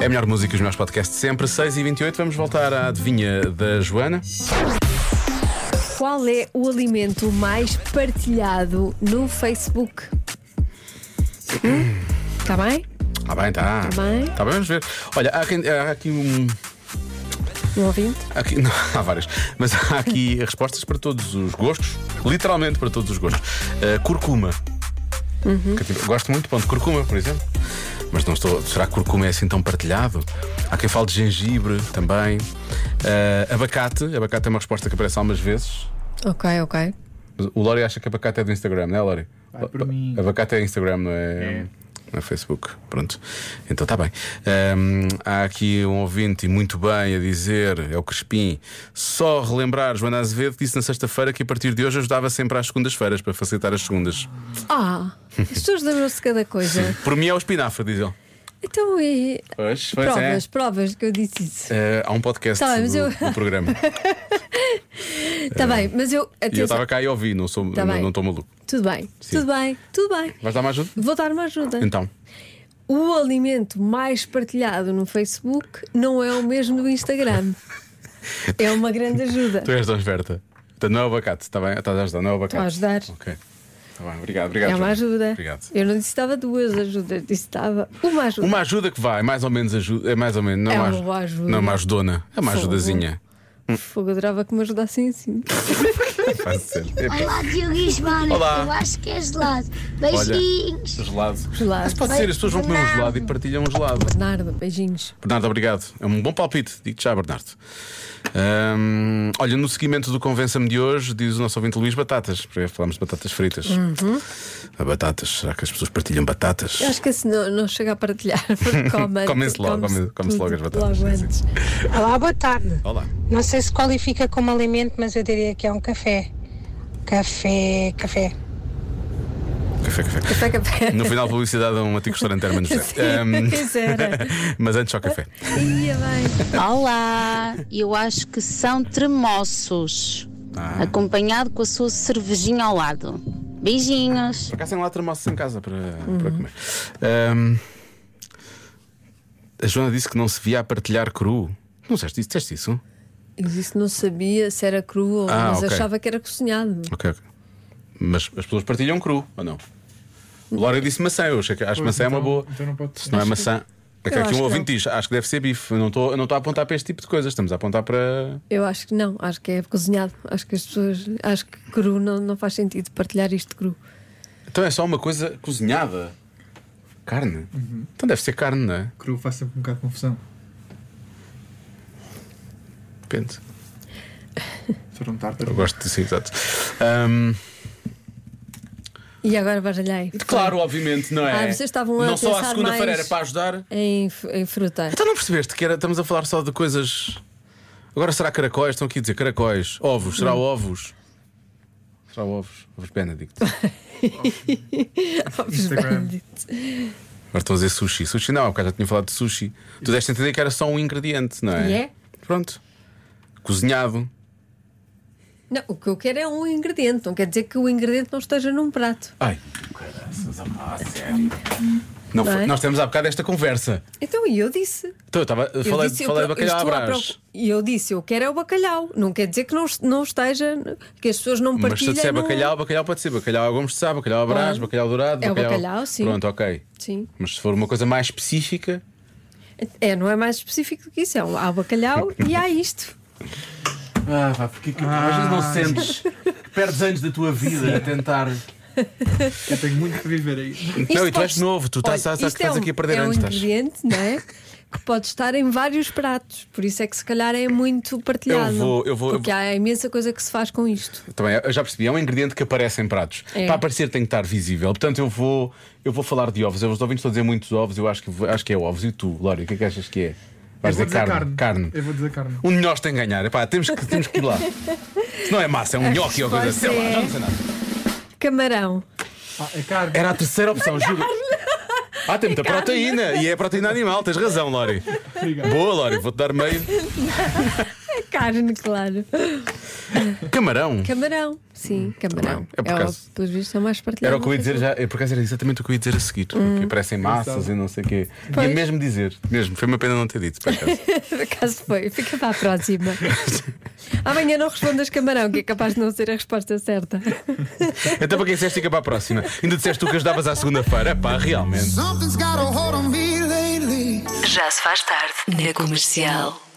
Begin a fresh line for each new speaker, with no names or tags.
É a melhor música e os melhores podcasts de sempre. 6 e 28 vamos voltar à adivinha da Joana.
Qual é o alimento mais partilhado no Facebook? Está bem?
Ah, bem, tá.
Tá bem.
Tá bem, vamos ver. Olha, há quem- há aqui um.
Um ouvinte?
Aqui, não, há várias, mas há aqui respostas para todos os gostos, literalmente para todos os gostos. Uh, curcuma. Que eu tive- Gosto muito pão de curcuma, por exemplo. Mas não estou. Será que curcuma é assim tão partilhado? Há quem fale de gengibre também. Uh, abacate. Abacate é uma resposta que aparece algumas vezes.
Ok, ok.
Mas O Lori acha que abacate é do Instagram, não é, Lori?
Vai por mim.
Abacate é Instagram, não é?
É.
Não é Facebook. Pronto. Então está bem. Ahm, há aqui um ouvinte, e muito bem, a dizer, é o Crespim. Só relembrar, Joana Azevedo disse na sexta-feira que a partir de hoje ajudava sempre às segundas-feiras, para facilitar as segundas.
Ah, as pessoas lembram-se de cada coisa.
Por mim é o espinafre, diz ele.
Então e.
Pois, pois é.
Provas, provas que eu disse isso.
Ah, há um podcast
Tá bem, mas
do,
eu-
do programa.
Está Tá bem, mas
e
eu.
eu
atenção-
estava cá e ouvi, não estou
Tá bem.
não estou maluco.
Tudo bem,
Sim.
tudo bem, tudo bem.
Vais dar mais um? ajuda?
Vou dar uma ajuda.
Então.
O alimento mais partilhado no Facebook não é o mesmo do Instagram. É uma grande ajuda.
Tu és da oferta. Portanto, não é o abacate, está bem? Estás a ajudar, não é o abacate.
Estou a ajudar.
Ok. Está bem, obrigado, obrigado.
É uma
Joana.
ajuda.
Obrigado.
Eu não disse que dava duas ajudas, disse que dava uma ajuda.
Uma ajuda que vai, mais ou menos ajuda. É mais ou menos. Não
É uma
aju-
boa ajuda.
Não é uma ajudona, é uma
Fogo.
ajudazinha.
Fogo, adorava que me ajudassem assim.
Vai ser. É Epá,
Olá, Diogo e Joana.
Olá.
Eu acho que é gelado. Beijinhos.
Gelado.
Gelado.
Mas pode ser, as pessoas vão comer um gelado e partilham um gelado.
Bernardo, beijinhos.
Bernardo, obrigado. É um bom palpite. Digo-te já, Bernardo. Ahm, olha, no seguimento do Convença-me de hoje, diz o nosso ouvinte Luís Batatas. Porque falámos de batatas fritas. A batatas, será que as pessoas partilham batatas?
Uhum. Eu acho que assim não, não chega a partilhar, porque come
Comem-se logo, come- come-se
tudo
logo as batatas,
Logo
sim,
antes.
Olá, boa tarde.
Olá.
Não sei se qualifica como alimento, mas eu diria que é um café. Café, café.
Café, café.
Café, café.
No ehm, final, publicidade a um antigo restaurante Hermanos
Sim,
José. Ahm,
pois era.
Mas antes, só café.
Ia bem.
Olá, eu acho que são tremoços, acompanhado com a sua cervejinha ao lado. Beijinhos.
Por acaso tem lá termossos em casa para, para comer. Ahm, a Joana disse que não se via a partilhar cru. Não disseste isso? Disseste isso?
Eu disse que não sabia se era cru ou
Ah,
mas
ok.
achava que era cozinhado.
Ok, ok. Mas as pessoas partilham cru, ou não? O Laura disse maçã, eu achei que acho que maçã é uma
então-
boa.
então não pode
Se não é maçã. É que
Eu
aqui
acho
um
que
ouvinte diz, acho que deve ser bife. Eu não estou eu não estou a apontar para este tipo de coisas, estamos a apontar para.
Eu acho que não, acho que é cozinhado. Acho que as pessoas. Acho que cru não, não faz sentido partilhar isto cru.
Então é só uma coisa cozinhada. Carne? Então deve ser carne, não é?
Cru faz sempre um bocado de confusão.
Depende.
Se for um tártaro.
Eu gosto disso, exato. Ahm,
E agora baralhei.
Claro, obviamente, não é?
Ah, vocês estavam a
Não só a
pensar
segunda-feira
mais-
era para ajudar.
Em, f- em fruta.
Então não percebeste que era, estamos a falar só de coisas. Agora será caracóis? Estão aqui a dizer caracóis, ovos, será ovos? Será ovos? Ovos Benedict. Agora
Instagram.
estão a dizer sushi. Sushi não, porque já tinha falado de sushi. Tu deste a entender que era só um ingrediente, não é?
E é?
Pronto. Cozinhado.
Não, o que eu quero é um ingrediente, não quer dizer que o ingrediente não esteja num prato.
Ai, caraças, ah, sério. Não
Não
foi-
é?
Nós temos há bocado esta conversa.
Então, e eu disse.
Então, eu estava.
Eu
Falei,
disse,
falei
eu,
de
pro-
bacalhau à
eu estou à
brás.
procu- E eu disse, eu quero é o bacalhau. Não quer dizer que não, est- não esteja, que as pessoas não
Mas se
partilhem.
eu disser
não-
bacalhau, bacalhau pode ser bacalhau a Gomes de Sá, bacalhau a Brás,
Claro.
bacalhau dourado.
É o bacalhau, sim.
Pronto, ok.
Sim.
Mas se for uma coisa mais específica,
É, não é mais específico do que isso. É, um- há bacalhau e há isto.
ah, pá, porque que- às vezes
Ah.
não sentes que perdes anos da tua vida a tentar.
Eu tenho muito que viver aí.
não, e tu és
podes-
novo, tu tá- estás,
Olha,
estás,
isto
estás
é um-
aqui a perder
é
anos.
um
estás.
ingrediente, não é? Que pode estar em vários pratos. Por isso é que se calhar é muito partilhado.
Eu vou- eu vou- eu
porque
vou-
há imensa coisa que se faz com isto.
Também, eu já percebi, é um ingrediente que aparece em pratos.
É.
Para aparecer tem que estar visível. Portanto, eu vou, eu vou falar de ovos. Eu os ouvintes estão a dizer muitos ovos, eu acho que, vou- acho que é ovos. E tu, Lório, o que é que achas que é? Vais
Eu vou
dizer carne. carne.
Eu vou dizer carne.
Um nhoque tem que ganhar. Epá, temos, que, temos que ir lá. Se não é massa, é um nhoque ou coisa. Sei lá,
resposta
já não
é-
sei nada.
Camarão.
Ah, é carne.
Era a terceira opção, juro. Ah, tem muita proteína e é proteína animal, tens razão, Lori.
Obrigado.
Boa, Lori, vou-te dar meio.
Carne, É claro.
Camarão.
Camarão, sim, camarão.
bem, é por
o-
acaso.
pelos vistos, é o mais partilhado.
Era o
no
que eu ia dizer
Facebook.
já, é, por acaso era exatamente o que eu ia dizer a seguir, porque parecem massas
Exato.
e não sei o quê.
Hum. Pois.
Ia mesmo dizer, mesmo, foi uma pena não ter dito, por acaso.
Por acaso foi, fica para a próxima. Amanhã não respondas camarão, que é capaz de não ser a resposta certa.
Então para quem disseste fica para a próxima. Ainda disseste tu que ajudavas à segunda-feira, pá, realmente.
Something's got a hold on me lately.
Já se faz tarde na comercial.